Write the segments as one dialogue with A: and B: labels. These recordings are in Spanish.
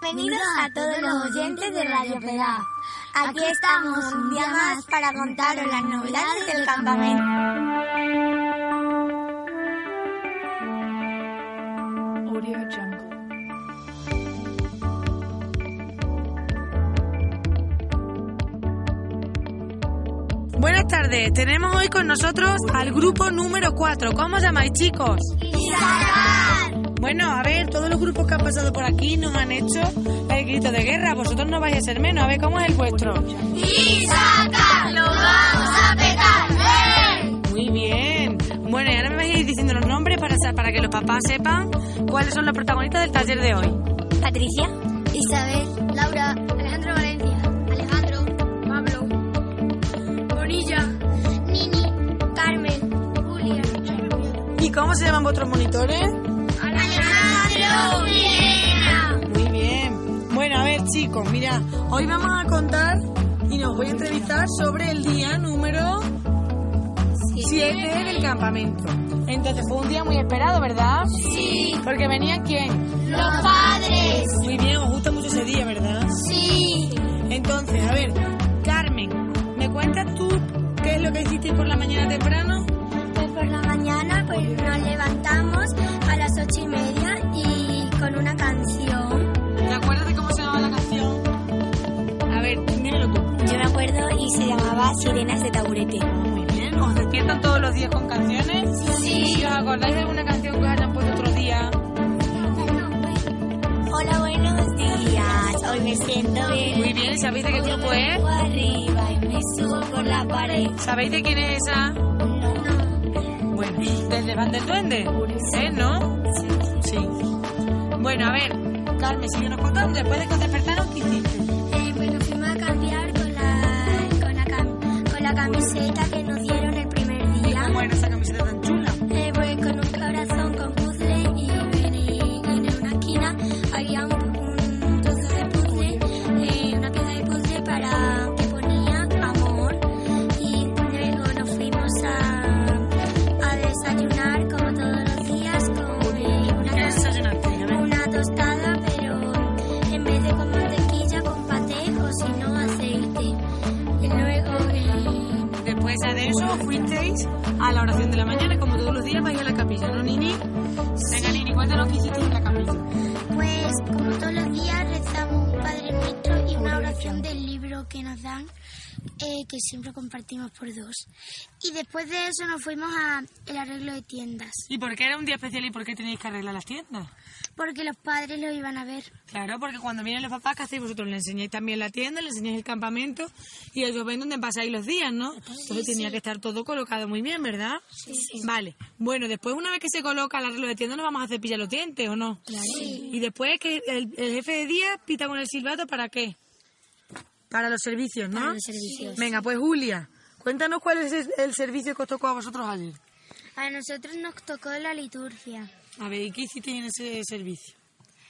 A: Bienvenidos a todos los oyentes de Radio Pedá. Aquí estamos un día más para contaros las novedades del campamento.
B: Audio Jungle. Buenas tardes, tenemos hoy con nosotros al grupo número 4. ¿Cómo os llamáis, chicos? Bueno, a ver, todos los grupos que han pasado por aquí nos han hecho el grito de guerra. Vosotros no vais a ser menos. A ver, ¿cómo es el vuestro?
A: ¡Y saca! ¡Lo vamos a ¡Eh! petar! ¡Ven!
B: Muy bien. Bueno, y ahora me vais a ir diciendo los nombres para, sa- para que los papás sepan cuáles son los protagonistas del taller de hoy.
A: Patricia, Isabel, Laura, Alejandro Valencia, Alejandro, Pablo, Bonilla, Nini, Carmen, Julia,
B: ¿Y cómo se llaman vuestros monitores?
A: Alejandro, Milena.
B: Muy bien. Bueno, a ver, chicos, mira, hoy vamos a contar y nos voy a entrevistar sobre el día número 7 del campamento. Entonces fue un día muy esperado, ¿verdad?
A: Sí,
B: Porque venía quién?
A: los padres.
B: Muy bien, os gusta mucho ese día, ¿verdad?
A: Sí,
B: Entonces, a ver, Carmen, ¿me cuentas tú qué es lo que hiciste por la mañana temprano?
A: pues por la mañana pues nos levantamos a las ocho y media y con una canción.
B: ¿Te acuerdas de cómo se llamaba la canción? A ver, dímelo tú.
A: Yo me acuerdo y se llamaba Sirenas de Taburete.
B: Muy bien, ¿os despiertan todos los días con canciones?
A: Sí.
B: ¿Y os acordáis de alguna canción que os hayan puesto otro día?
A: Hola, buenos días. Hoy me siento bien.
B: Muy bien, ¿sabéis de qué
A: Yo
B: grupo
A: me
B: es?
A: vengo arriba y me subo por la pared.
B: ¿Sabéis de quién es esa? Bueno, del Levante del Duende. ¿Eh? ¿No? Sí. Bueno, a ver, Carmen, síguenos contando. Después de que os despertaron, ¿qué hiciste?
A: Eh, bueno, fuimos a cambiar con la, con, la cam- con la camiseta que nos dieron el primer día.
B: ¿Cómo era Ah, esa camiseta tan chula?
A: Eh, pues con un corazón con puzzle y, en- y en una esquina había un, un trozo de puzzle, eh, una pieza de puzzle para que ponía amor. Y luego nos fuimos a, a desayunar como todos los días con eh, una cosa- una tostada, pero en vez de con mantequilla, con paté o si no aceite. Y luego eh,
B: Después de eso, fuisteis a la oración de la mañana, como todos los días, vais a la capilla, ¿no, Nini? Venga, Nini, cuéntanos qué hicisteis en la capilla.
A: Pues como todos los días rezamos un Padre Nuestro y una oración del libro que nos dan, eh, que siempre compartimos por dos. Y después de eso nos fuimos a el arreglo de tiendas,
B: ¿Y por qué era un día especial y por qué tenéis que arreglar las tiendas?
A: porque los padres lo iban a ver.
B: Claro, porque cuando vienen los papás, ¿qué hacéis vosotros? Le enseñáis también la tienda, le enseñáis el campamento y ellos ven dónde pasáis los días, ¿no? Entonces tenía que estar todo colocado muy bien, ¿verdad? Sí, Vale. Bueno, después una vez que se coloca el arreglo de tienda, nos vamos a cepillar los dientes, ¿o no? Sí. Y después que el, el jefe de día pita con el silbato, ¿para qué? Para los servicios, ¿no?
A: Para los servicios.
B: Venga, pues Julia, cuéntanos cuál es el- el servicio que os tocó a vosotros ayer.
A: A nosotros nos tocó la liturgia.
B: A ver, ¿y qué hicisteis en ese servicio?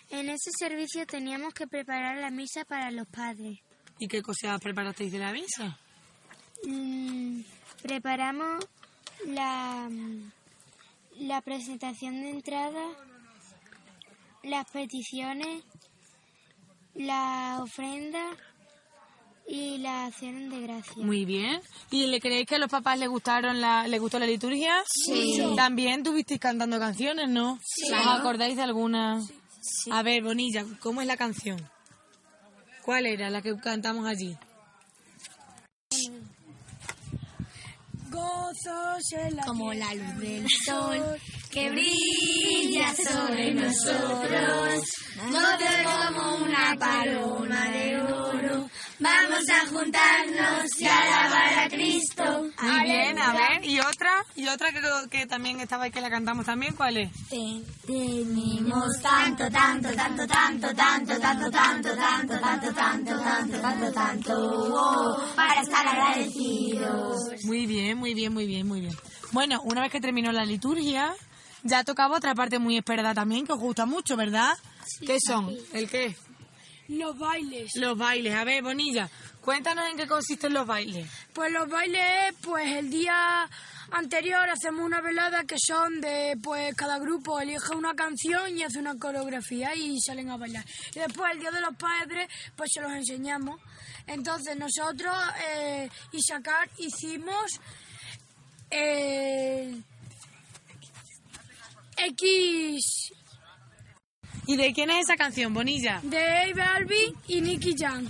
A: En ese servicio teníamos que preparar la misa para los padres.
B: ¿Y qué cosas preparasteis de la misa?
A: Mm, preparamos la, la presentación de entrada, las peticiones, la ofrenda y la acción de gracia.
B: Muy bien. ¿Y le creéis que a los papás les gustaron la, les gustó la liturgia? Sí. También tuvisteis cantando canciones, ¿no? Sí. ¿Os acordáis de alguna? A ver, Bonilla, ¿cómo es la canción? ¿Cuál era la que cantamos allí?
A: Como la luz del sol que brilla sobre nosotros, nosotros como una paloma de oro, Vamos a juntarnos y alabar a Cristo.
B: Muy bien, a ver. ¿Y otra? ¿Y otra que, que también estaba ahí que la cantamos también? ¿Cuál es?
A: Eh, Tenemos tanto, tanto, tanto, tanto, tanto, tanto, tanto, tanto, tanto, tanto, tanto, tanto, tanto, oh, para estar agradecidos.
B: Muy bien, muy bien, muy bien, muy bien. Bueno, una vez que terminó la liturgia, ya tocaba otra parte muy esperada también que os gusta mucho, ¿verdad? ¿Qué son? ¿El qué?
C: Los bailes.
B: Los bailes. A ver, Bonilla, cuéntanos en qué consisten los bailes.
C: Pues los bailes, pues el día anterior hacemos una velada que son de, pues cada grupo elige una canción y hace una coreografía y salen a bailar. Y después el Día de los Padres, pues se los enseñamos. Entonces nosotros eh, y sacar hicimos eh, X
B: ¿Y de quién es esa canción, Bonilla?
C: de Abe Balvin y Nicky Jam.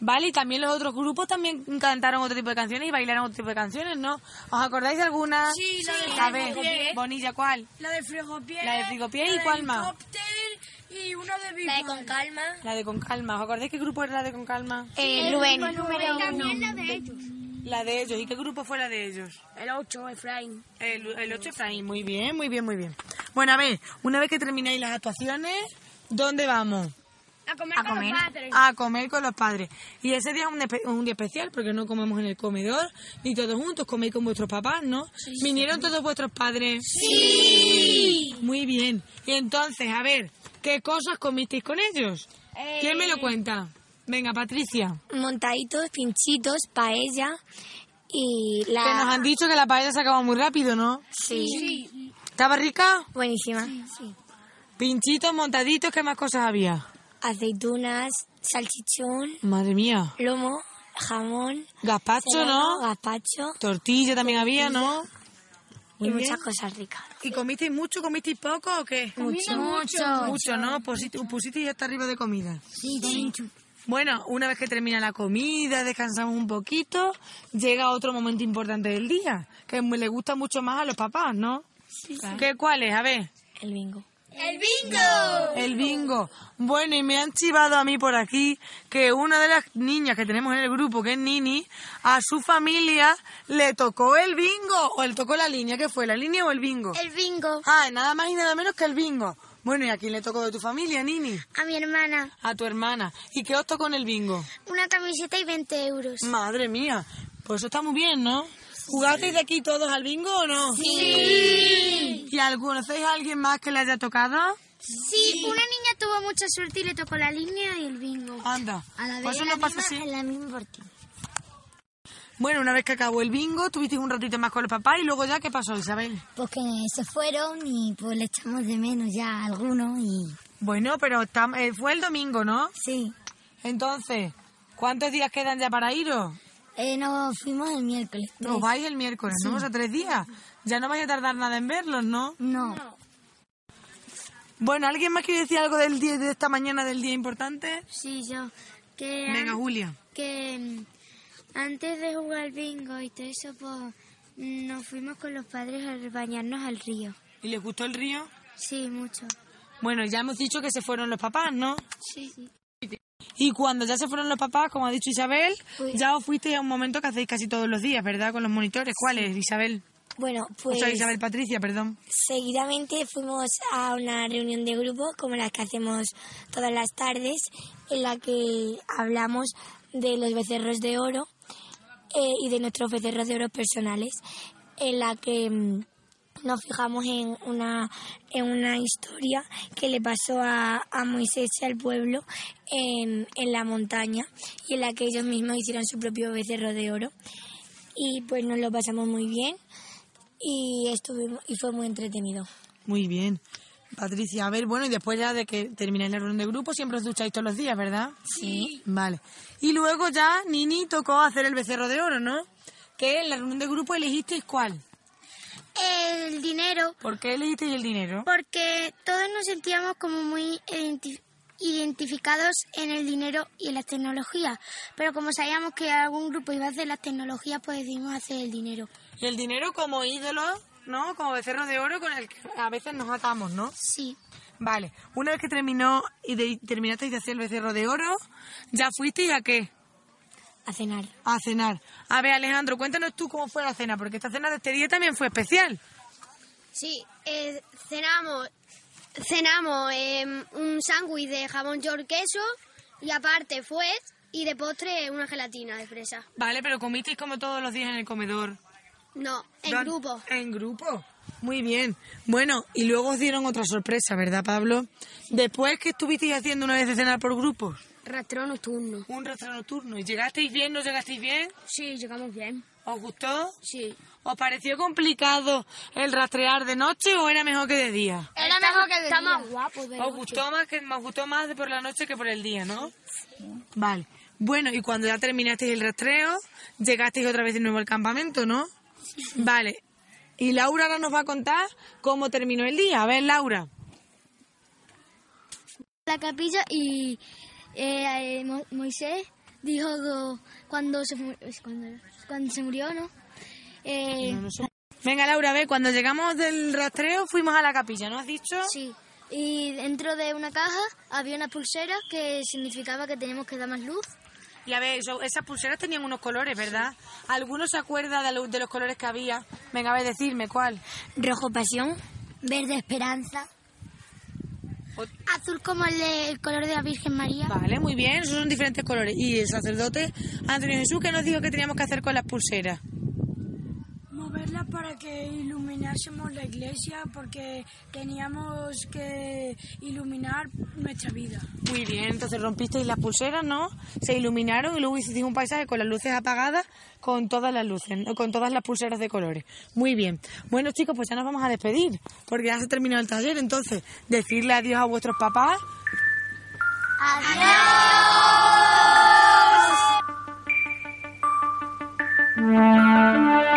B: Vale, y también los otros grupos también cantaron otro tipo de canciones y bailaron otro tipo de canciones, ¿no? ¿Os acordáis de alguna?
C: Sí, la de
B: A ver,
C: Frigopié.
B: Bonilla, ¿cuál?
C: La de Frigopié.
B: La de Frigopié, ¿y
C: la de
B: cuál más?
C: Cóctel y una de Big Bang.
A: calma.
B: La de Con Calma. ¿Os acordáis qué grupo era la de Con Calma?
A: El Eh, Rubén. También la de ellos.
B: La de ellos. ¿Y qué grupo fue la de ellos?
C: El 8, Efraín.
B: El, el 8 Efraín. Muy bien, muy bien, muy bien. Bueno, a ver, una vez que termináis las actuaciones, ¿dónde vamos?
C: A comer
B: a comer, a comer con los padres. Y ese día es un, espe- un día especial porque no comemos en el comedor ni todos juntos, coméis con vuestros papás, ¿no? ¿Vinieron todos vuestros padres? Sí. Muy bien. Y entonces, a ver, ¿qué cosas comisteis con ellos? ¿Quién me lo cuenta? Venga, Patricia.
D: montaditos, pinchitos, paella y
B: Que nos
D: la...
B: han dicho que la paella se acaba muy rápido, ¿no?
D: Sí.
B: ¿Estaba rica?
D: Buenísima.
B: Pinchitos, montaditos, ¿qué más cosas había?
D: Aceitunas, salchichón,
B: Madre mía.
D: lomo, jamón.
B: Gazpacho,
D: serrano,
B: ¿no?
D: Gazpacho
B: Tortilla también había, ¿no? Muy
D: y
B: bien.
D: muchas cosas ricas.
B: ¿Y comisteis mucho, comisteis poco o qué?
D: Mucho.
B: Mucho, ¿no? Pusiste- Pusisteis hasta arriba de comida. Bueno, una vez que termina la comida, descansamos un poquito, llega otro momento importante del día, que me- le gusta mucho más a los papás, ¿no? ¿Qué cuál es? A ver,
D: El bingo.
A: ¡El bingo!
B: el bingo. Bueno, y me han chivado a mí por aquí que una de las niñas que tenemos en el grupo, que es Nini, a su familia le tocó el bingo, o le tocó la línea, ¿qué fue? ¿La línea o el bingo?
A: El bingo.
B: Ah, nada más y nada menos que el bingo. Bueno, ¿y a quién le tocó de tu familia, Nini?
A: A mi hermana.
B: A tu hermana. ¿Y qué os tocó en el bingo?
A: Una camiseta y 20 euros.
B: Madre mía, pues eso está muy bien, ¿no? ¿Jugasteis de aquí todos al bingo o no?
D: Mm.
A: Sí.
B: ¿Y al- conocéis a alguien más que le haya tocado?
A: Sí, una niña tuvo mucha suerte y le tocó la línea y el bingo.
B: Anda, pues eso no pasa así.
A: la misma partida.
B: Bueno, una vez que acabó el bingo, tuvisteis un ratito más con los papás y luego ya, ¿qué pasó, Isabel?
D: Porque se fueron y pues le echamos de menos ya a algunos y...
B: Bueno, pero tam- eh, fue el domingo, ¿no?
D: Sí.
B: Entonces, ¿cuántos días quedan ya para iros?
D: nos Eh, fuimos el miércoles.
B: Nos vais el miércoles, ¿no? O sea, tres días. Ya no vais a tardar nada en verlos, ¿no?
D: No.
B: Bueno, ¿alguien más quiere decir algo del día de esta mañana del día importante?
A: Sí, yo. Que, an-
B: Venga, Julia.
A: que mm, antes de jugar al bingo y todo eso, pues mm, nos fuimos con los padres a bañarnos al río.
B: ¿Y les gustó el río?
A: Sí, mucho.
B: Bueno, ya hemos dicho que se fueron los papás, ¿no?
A: Sí, sí.
B: Y cuando ya se fueron los papás, como ha dicho Isabel, ya os fuiste a un momento que hacéis casi todos los días, ¿verdad? Con los monitores. ¿Cuál es, Isabel?
D: Bueno, pues...
B: O sea, Isabel Patricia, perdón.
D: Seguidamente fuimos a una reunión de grupo, como las que hacemos todas las tardes, en la que hablamos de los becerros de oro eh, y de nuestros becerros de oro personales, en la que mm, nos fijamos en una, en una historia que le pasó a, a Moisés y al pueblo en, en la montaña y en la que ellos mismos hicieron su propio becerro de oro. Y pues nos lo pasamos muy bien y estuvimos y fue muy entretenido.
B: Muy bien. Patricia, a ver, bueno, y después ya de que termináis la reunión de grupo, siempre os ducháis todos los días, ¿verdad? Sí. Vale. Y luego ya Nini tocó hacer el becerro de oro, ¿no? Que en la reunión de grupo elegisteis cuál.
A: El dinero,
B: ¿Por qué elegisteis el dinero?
A: porque todos nos sentíamos como muy identi- identificados en el dinero y en las tecnologías. Pero como sabíamos que algún grupo iba a hacer las tecnologías, pues decidimos hacer el dinero.
B: Y el dinero como ídolo, ¿no? Como becerro de oro con el que a veces nos atamos, ¿no?
A: Sí.
B: Vale. Una vez que terminó y de- terminasteis de hacer el becerro de oro, ¿ya fuisteis a qué?
E: a cenar.
B: A cenar. A ver, Alejandro, cuéntanos tú cómo fue la cena, porque esta cena de este día también fue especial.
F: Sí, eh, cenamos, cenamos em, un sándwich de jamón york queso y aparte fue y de postre una gelatina de fresa.
B: Vale, pero comisteis como todos los días en el comedor.
F: No, en
B: ¿Dónde?
F: grupo.
B: En grupo. Muy bien. Bueno, y luego os dieron otra sorpresa, ¿verdad, Pablo? Después que estuvisteis haciendo una vez de cenar por grupos,
F: Rastreo nocturno.
B: un restaurante nocturno, ¿y llegasteis bien, no llegasteis bien?
F: Sí, llegamos bien.
B: ¿Os gustó?
F: Sí.
B: ¿Os pareció complicado el rastrear de noche o era mejor que de día?
F: Era mejor que de día. guapo,
B: ¿Os gustó más que os gustó más de por la noche que por el día, no? Vale. Bueno, y cuando ya terminasteis el rastreo, llegasteis otra vez de nuevo al campamento, ¿no? Vale. Y Laura ahora nos va a contar cómo terminó el día. A ver, Laura.
A: la capilla y eh, eh, Mo- Moisés dijo go- cuando se mu- es cuando, cuando se murió, ¿no? Eh,
B: Venga, Laura, a ver, cuando llegamos del rastreo fuimos a la capilla, ¿no has dicho?
A: sí. Y dentro de una caja había una pulsera que significaba que teníamos que dar más luz.
B: Y a ver, eso- esas pulseras tenían unos colores, ¿verdad? ¿Alguno se acuerda de, lo- de los colores que había? Venga, a ver, decirme cuál.
E: Rojo pasión,
A: Verde esperanza. Azul como el, color de la Virgen María.
B: Vale, muy bien, esos son diferentes colores. Y el sacerdote Antonio Jesús, ¿qué nos dijo que teníamos que hacer con las pulseras?
C: Moverla para que iluminásemos la iglesia porque teníamos que iluminar nuestra vida.
B: Muy bien, entonces rompisteis las pulseras, ¿no? Se iluminaron y luego hicisteis un paisaje con las luces apagadas, con todas las luces, ¿no? con todas las pulseras de colores. Muy bien. Bueno, chicos, pues ya nos vamos a despedir, porque ya se ha terminado el taller. Entonces, decirle adiós a vuestros papás. ¡Adiós!